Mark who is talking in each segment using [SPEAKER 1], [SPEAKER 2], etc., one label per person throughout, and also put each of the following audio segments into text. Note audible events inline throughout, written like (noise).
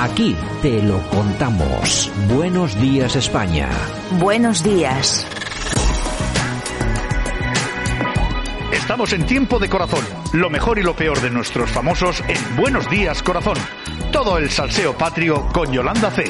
[SPEAKER 1] Aquí te lo contamos. Buenos días España.
[SPEAKER 2] Buenos días.
[SPEAKER 3] Estamos en tiempo de corazón. Lo mejor y lo peor de nuestros famosos en Buenos días Corazón. Todo el salseo patrio con Yolanda C.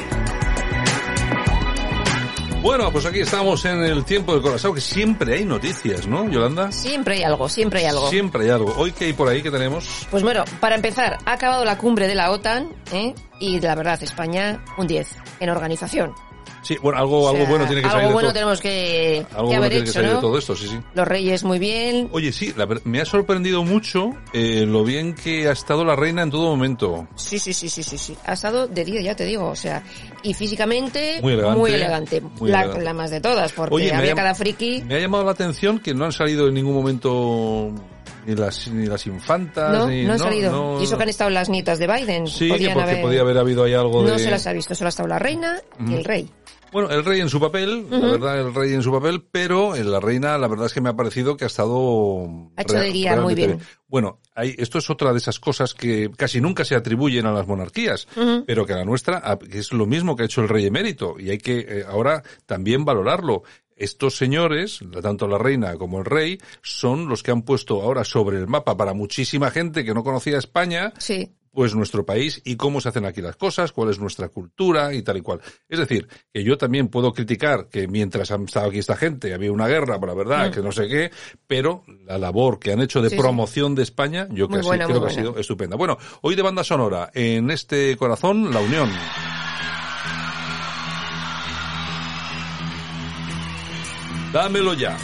[SPEAKER 4] Bueno, pues aquí estamos en el tiempo del corazón, que siempre hay noticias, ¿no, Yolanda?
[SPEAKER 5] Siempre hay algo, siempre hay algo.
[SPEAKER 4] Siempre hay algo. Hoy, ¿qué hay por ahí que tenemos?
[SPEAKER 5] Pues bueno, para empezar, ha acabado la cumbre de la OTAN, ¿eh? Y la verdad, España, un 10 en organización.
[SPEAKER 4] Sí, bueno, algo,
[SPEAKER 5] O sea,
[SPEAKER 4] algo bueno tiene que
[SPEAKER 5] algo
[SPEAKER 4] salir de
[SPEAKER 5] bueno
[SPEAKER 4] todo.
[SPEAKER 5] tenemos que, que
[SPEAKER 4] Algo bueno
[SPEAKER 5] haber
[SPEAKER 4] tiene que
[SPEAKER 5] hecho,
[SPEAKER 4] salir
[SPEAKER 5] ¿no?
[SPEAKER 4] de todo esto, sí, sí.
[SPEAKER 5] Los reyes muy bien.
[SPEAKER 4] Oye, sí, la ver- me ha sorprendido mucho eh, lo bien que ha estado la reina en todo momento.
[SPEAKER 5] Sí, sí, sí, sí, sí, sí. Ha estado de 10, ya te digo, o sea, y físicamente
[SPEAKER 4] Muy elegante.
[SPEAKER 5] elegante.
[SPEAKER 4] Muy
[SPEAKER 5] la,
[SPEAKER 4] elegante.
[SPEAKER 5] la más de todas, porque
[SPEAKER 4] Oye, me
[SPEAKER 5] había
[SPEAKER 4] ha llam-
[SPEAKER 5] cada friki.
[SPEAKER 4] Me ha llamado la atención que no han salido en ningún momento ni las, ni las infantas,
[SPEAKER 5] No,
[SPEAKER 4] ni...
[SPEAKER 5] no han salido.
[SPEAKER 4] no,
[SPEAKER 5] y eso que han estado las nietas de Biden.
[SPEAKER 4] Sí, que
[SPEAKER 5] Podían
[SPEAKER 4] porque
[SPEAKER 5] haber-
[SPEAKER 4] podía haber habido ahí algo de...
[SPEAKER 5] No se las ha visto, solo ha estado la reina y el rey.
[SPEAKER 4] Bueno, el rey en su papel, la verdad, el rey en su papel, pero en la reina, la verdad es que me ha parecido que ha estado...
[SPEAKER 5] Ha hecho de
[SPEAKER 4] rea-
[SPEAKER 5] guía muy
[SPEAKER 4] realmente
[SPEAKER 5] bien.
[SPEAKER 4] Bueno, hay, esto es otra de esas cosas que casi nunca se atribuyen a las monarquías, pero que a la nuestra a- que es lo mismo que ha hecho el rey emérito, y hay que eh, ahora también valorarlo. Estos señores, tanto la reina como el rey, son los que han puesto ahora sobre el mapa para muchísima gente que no conocía España,
[SPEAKER 5] Sí.
[SPEAKER 4] pues nuestro país y cómo se hacen aquí las cosas, cuál es nuestra cultura y tal y cual. Es decir, que yo también puedo criticar que mientras han estado aquí esta gente había una guerra, por la verdad, que no sé qué, pero la labor que han hecho de
[SPEAKER 5] Mm. Sí, sí.
[SPEAKER 4] promoción de España, yo
[SPEAKER 5] Muy
[SPEAKER 4] casi
[SPEAKER 5] buena,
[SPEAKER 4] creo que
[SPEAKER 5] muy
[SPEAKER 4] ha
[SPEAKER 5] buena.
[SPEAKER 4] sido estupenda. Bueno, hoy de banda sonora, en este corazón, La Unión. Dámelo ya.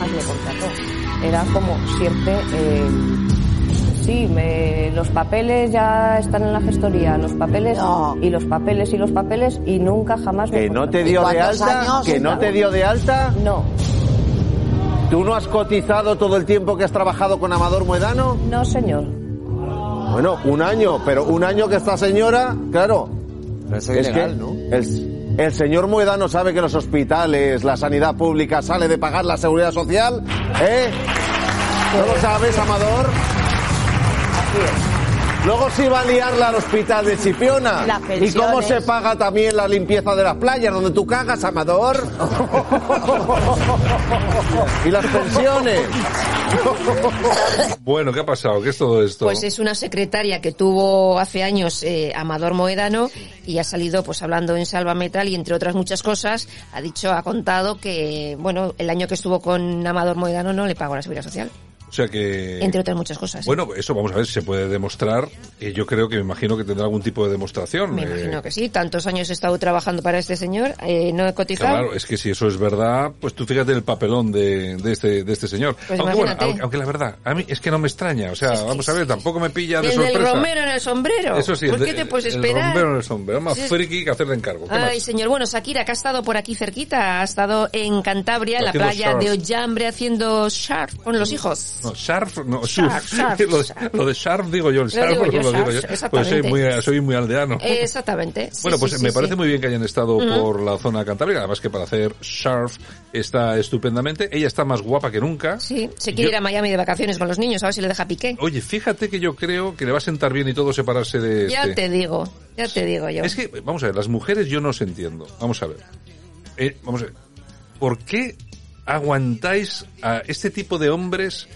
[SPEAKER 6] Ay, me contrató. Era como siempre, eh, sí, me- los papeles ya están en la gestoría, los papeles
[SPEAKER 2] No.
[SPEAKER 6] y los papeles y los papeles y nunca jamás me
[SPEAKER 7] Que no te
[SPEAKER 6] contrató.
[SPEAKER 7] dio de
[SPEAKER 2] ¿Cuántos
[SPEAKER 7] alta,
[SPEAKER 2] años?
[SPEAKER 7] que no te dio de alta.
[SPEAKER 6] No,
[SPEAKER 7] ¿Tú no has cotizado todo el tiempo que has trabajado con Amador Muedano?
[SPEAKER 6] no señor.
[SPEAKER 7] Bueno, un año, pero un año que esta señora, claro.
[SPEAKER 8] es ilegal, ¿no?
[SPEAKER 7] el, el señor Muedano sabe que los hospitales, la sanidad pública sale de pagar la seguridad social, ¿eh? ¿No lo sabes, Amador? Luego sí va a liarla al hospital de Chipiona.
[SPEAKER 2] Las
[SPEAKER 7] ¿Y cómo
[SPEAKER 2] pensiones.
[SPEAKER 7] se paga también la limpieza de las playas donde tú cagas,
[SPEAKER 2] (laughs)
[SPEAKER 7] Amador? y las pensiones.
[SPEAKER 4] Bueno, ¿qué ha pasado? ¿Qué es todo esto?
[SPEAKER 5] Pues es una secretaria que tuvo hace años eh, Amador Moedano y ha salido pues hablando en Salva Metal y entre otras muchas cosas ha dicho, ha contado que, bueno, el año que estuvo con Amador Moedano no le pagó la seguridad social,
[SPEAKER 4] o sea
[SPEAKER 7] Eh,
[SPEAKER 4] que...
[SPEAKER 5] entre otras muchas cosas.
[SPEAKER 4] Bueno, eso vamos a ver si se puede demostrar. Y yo creo que me imagino que tendrá algún tipo de demostración.
[SPEAKER 5] Me
[SPEAKER 4] Eh,
[SPEAKER 5] imagino que sí, tantos años he estado trabajando para este señor, eh, no he cotizado.
[SPEAKER 4] Claro, es que si eso es verdad, pues tú fíjate el papelón de, de este, de este señor.
[SPEAKER 5] Pues
[SPEAKER 4] aunque, bueno,
[SPEAKER 5] imagínate.
[SPEAKER 4] au- aunque la verdad, a mí es que no me extraña. O sea, vamos a ver, tampoco me pilla de
[SPEAKER 5] el
[SPEAKER 4] sorpresa.
[SPEAKER 5] del romero en el sombrero.
[SPEAKER 4] Eso sí,
[SPEAKER 5] ¿Por
[SPEAKER 4] el
[SPEAKER 5] qué
[SPEAKER 4] de-
[SPEAKER 5] te puedes
[SPEAKER 4] el
[SPEAKER 5] esperar?
[SPEAKER 4] romero en el sombrero. Más
[SPEAKER 5] Sí, es-
[SPEAKER 4] friki que hacer de encargo. ¿Qué
[SPEAKER 5] Ay,
[SPEAKER 4] más?
[SPEAKER 5] señor. Bueno, Shakira, que ha estado por aquí cerquita, ha estado en Cantabria, en la
[SPEAKER 4] Haciendo
[SPEAKER 5] playa
[SPEAKER 4] surf.
[SPEAKER 5] de Ollambre, haciendo surf con los hijos.
[SPEAKER 4] No, Sharp, no,
[SPEAKER 5] Sharp,
[SPEAKER 4] (laughs) surf.
[SPEAKER 5] sharp,
[SPEAKER 4] lo, de-
[SPEAKER 5] sharp.
[SPEAKER 4] lo de Sharp digo yo, el Sharp
[SPEAKER 5] digo yo,
[SPEAKER 4] lo digo
[SPEAKER 5] sharp,
[SPEAKER 4] yo. Pues soy
[SPEAKER 5] exactamente.
[SPEAKER 4] muy, soy muy aldeano.
[SPEAKER 5] Eh, Exactamente. Sí,
[SPEAKER 4] bueno,
[SPEAKER 5] sí,
[SPEAKER 4] pues
[SPEAKER 5] sí,
[SPEAKER 4] me
[SPEAKER 5] sí.
[SPEAKER 4] parece muy bien que hayan estado por la zona cantábrica, además que para hacer surf está estupendamente. Ella está más guapa que nunca.
[SPEAKER 5] Sí, se quiere
[SPEAKER 4] Yo-
[SPEAKER 5] ir a Miami de vacaciones con los niños, a ver si le deja piqué.
[SPEAKER 4] Oye, fíjate que yo creo que le va a sentar bien y todo separarse de
[SPEAKER 5] Ya
[SPEAKER 4] este.
[SPEAKER 5] te digo, ya te digo yo.
[SPEAKER 4] Es que, vamos a ver, las mujeres yo no os entiendo. Vamos a ver. Eh, vamos a ver. ¿Por qué aguantáis a este tipo de hombres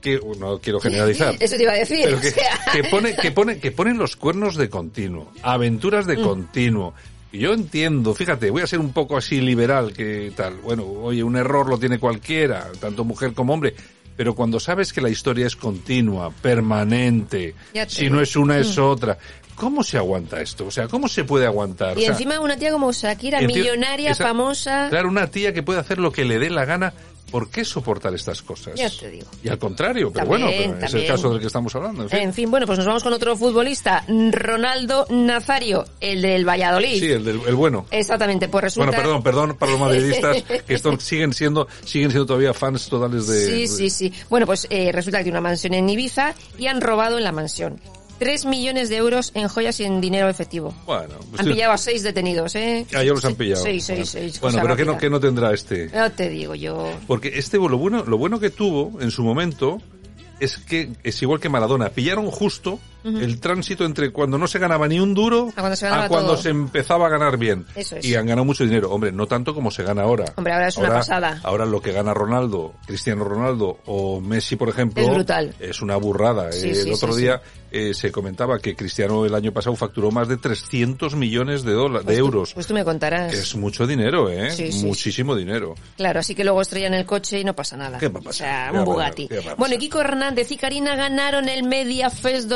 [SPEAKER 4] que, no quiero generalizar,
[SPEAKER 5] Eso te iba a decir.
[SPEAKER 4] pero
[SPEAKER 5] (laughs) o
[SPEAKER 4] que,
[SPEAKER 5] sea. Mm.
[SPEAKER 4] que pone, que pone, que ponen los cuernos de continuo, aventuras de continuo. Y yo entiendo, fíjate, voy a ser un poco así liberal que tal. Bueno, oye, un error lo tiene cualquiera, tanto mujer como hombre. Pero cuando sabes que la historia es continua, permanente,
[SPEAKER 5] Ya te Mm.
[SPEAKER 4] si
[SPEAKER 5] digo.
[SPEAKER 4] no es una es otra, ¿cómo se aguanta esto? O sea, ¿cómo se puede aguantar?
[SPEAKER 5] Y
[SPEAKER 4] (laughs) O sea,
[SPEAKER 5] encima una tía como Shakira,
[SPEAKER 4] enti-
[SPEAKER 5] millonaria,
[SPEAKER 4] esa-
[SPEAKER 5] famosa.
[SPEAKER 4] Claro, una tía que puede hacer lo que le dé la gana. ¿Por qué soportar estas cosas?
[SPEAKER 5] Ya te digo.
[SPEAKER 4] Y al contrario, pero
[SPEAKER 5] También,
[SPEAKER 4] bueno, pero es el
[SPEAKER 5] también.
[SPEAKER 4] caso del que estamos hablando. en fin.
[SPEAKER 5] En fin, bueno, pues nos vamos con otro futbolista, Ronaldo Nazario, el del Valladolid.
[SPEAKER 4] Sí, el, del- el bueno.
[SPEAKER 5] Exactamente, pues resulta...
[SPEAKER 4] Bueno, perdón, perdón para los
[SPEAKER 5] (laughs)
[SPEAKER 4] madridistas que esto siguen siendo siguen siendo todavía fans totales de
[SPEAKER 5] Sí, sí, sí. Bueno, pues eh, resulta que tiene una mansión en Ibiza y han robado en la mansión. Tres millones de euros en joyas y en dinero efectivo.
[SPEAKER 4] Bueno, pues
[SPEAKER 5] han
[SPEAKER 4] sí.
[SPEAKER 5] pillado a seis detenidos, ¿eh?
[SPEAKER 4] Ah, ya los han pillado.
[SPEAKER 5] Seis, seis, seis.
[SPEAKER 4] Bueno,
[SPEAKER 5] cosa
[SPEAKER 4] pero que no
[SPEAKER 5] rápida.
[SPEAKER 4] que no tendrá este.
[SPEAKER 5] Ya te digo yo.
[SPEAKER 4] Porque este lo bueno lo bueno que tuvo en su momento es que es igual que Maradona, pillaron justo el tránsito entre cuando no se ganaba ni un duro
[SPEAKER 5] A cuando se ganaba
[SPEAKER 4] cuando
[SPEAKER 5] todo.
[SPEAKER 4] se empezaba a ganar bien.
[SPEAKER 5] Eso es.
[SPEAKER 4] Y han ganado mucho dinero. Hombre, no tanto como se gana ahora.
[SPEAKER 5] Hombre, ahora es una pasada.
[SPEAKER 4] Ahora lo que gana Ronaldo, Cristiano Ronaldo o Messi, por ejemplo,
[SPEAKER 5] Es brutal.
[SPEAKER 4] es una burrada.
[SPEAKER 5] Sí,
[SPEAKER 4] Eh,
[SPEAKER 5] sí,
[SPEAKER 4] el
[SPEAKER 5] sí,
[SPEAKER 4] otro
[SPEAKER 5] sí.
[SPEAKER 4] día eh, se comentaba que Cristiano el año pasado facturó más de 300 millones de, dola- de
[SPEAKER 5] Pues tú-
[SPEAKER 4] euros.
[SPEAKER 5] Pues tú me contarás.
[SPEAKER 4] es mucho dinero, ¿eh?
[SPEAKER 5] Sí, sí,
[SPEAKER 4] Muchísimo dinero.
[SPEAKER 5] Claro, así que luego estrellan el coche y no pasa nada.
[SPEAKER 4] ¿Qué va a pasar?
[SPEAKER 5] O
[SPEAKER 4] ¿Qué va
[SPEAKER 5] sea, un
[SPEAKER 4] a pasar?
[SPEAKER 5] Bugatti.
[SPEAKER 4] ¿Qué va a pasar?
[SPEAKER 5] Bueno, y Kiko Hernández y Karina ganaron el Media Fest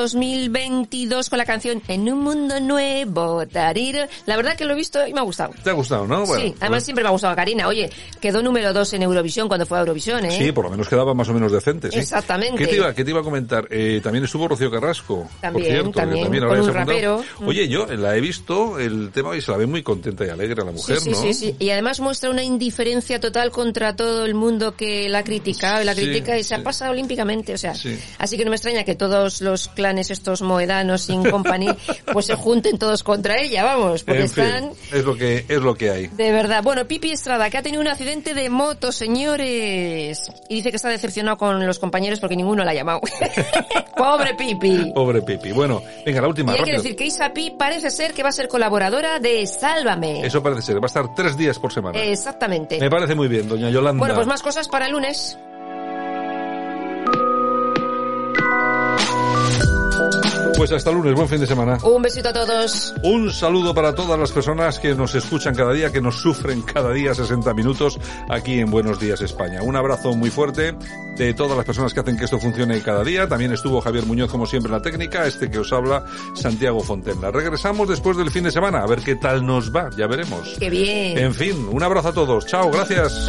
[SPEAKER 5] 2022 con la canción En un mundo nuevo, tarir. La verdad que lo he visto y me ha gustado.
[SPEAKER 4] ¿Te ha gustado, no? Bueno, pues,
[SPEAKER 5] sí, además siempre me ha gustado Karina. Oye, quedó número dos en Eurovisión cuando fue a Eurovisión, ¿eh?
[SPEAKER 4] Sí, por lo menos quedaba más o menos decente. ¿sí?
[SPEAKER 5] Exactamente.
[SPEAKER 4] ¿Qué te iba, qué te iba a comentar? Eh, también estuvo Rocío Carrasco.
[SPEAKER 5] También,
[SPEAKER 4] por cierto, que
[SPEAKER 5] también,
[SPEAKER 4] ahora
[SPEAKER 5] con
[SPEAKER 4] ya
[SPEAKER 5] un
[SPEAKER 4] se ha juntado.
[SPEAKER 5] rapero. mm.
[SPEAKER 4] Oye, yo la he visto, el tema y se la ve muy contenta y alegre a la
[SPEAKER 5] Sí,
[SPEAKER 4] mujer,
[SPEAKER 5] sí,
[SPEAKER 4] ¿no?
[SPEAKER 5] sí, sí. Y además muestra una indiferencia total contra todo el mundo que la ha criticado y la
[SPEAKER 4] Sí,
[SPEAKER 5] critica y se
[SPEAKER 4] sí.
[SPEAKER 5] ha pasado olímpicamente, o sea.
[SPEAKER 4] Sí.
[SPEAKER 5] Así que no me extraña que todos los clanes estos moedanos sin
[SPEAKER 4] (laughs)
[SPEAKER 5] compañía pues se junten todos contra ella, vamos, porque
[SPEAKER 4] En fin,
[SPEAKER 5] están
[SPEAKER 4] es lo que es lo que hay.
[SPEAKER 5] de verdad. Bueno, Pipi Estrada, que ha tenido un accidente de moto, señores. Y dice que está decepcionado con los compañeros porque ninguno la
[SPEAKER 4] (laughs)
[SPEAKER 5] ha llamado. Pobre Pipi.
[SPEAKER 4] Pobre Pipi. Bueno, venga, la
[SPEAKER 5] Y
[SPEAKER 4] última,
[SPEAKER 5] hay que
[SPEAKER 4] Oh, rápido.
[SPEAKER 5] decir que Isapi parece ser que va a ser colaboradora de Sálvame.
[SPEAKER 4] Eso parece ser, va a estar tres días por semana.
[SPEAKER 5] Exactamente.
[SPEAKER 4] Me parece muy bien, doña Yolanda.
[SPEAKER 5] Eh, Bueno, pues más cosas para el lunes.
[SPEAKER 4] Pues hasta el lunes, buen fin de semana.
[SPEAKER 5] Un besito a todos.
[SPEAKER 4] Un saludo para todas las personas que nos escuchan cada día, que nos sufren cada día 60 minutos aquí en Buenos Días España. Un abrazo muy fuerte de todas las personas que hacen que esto funcione cada día. También estuvo Javier Muñoz, como siempre, en la técnica, este que os habla, Santiago Fontenla. Regresamos después del fin de semana, a ver qué tal nos va, ya veremos.
[SPEAKER 5] Qué bien.
[SPEAKER 4] En fin, un abrazo a todos. Chao, gracias.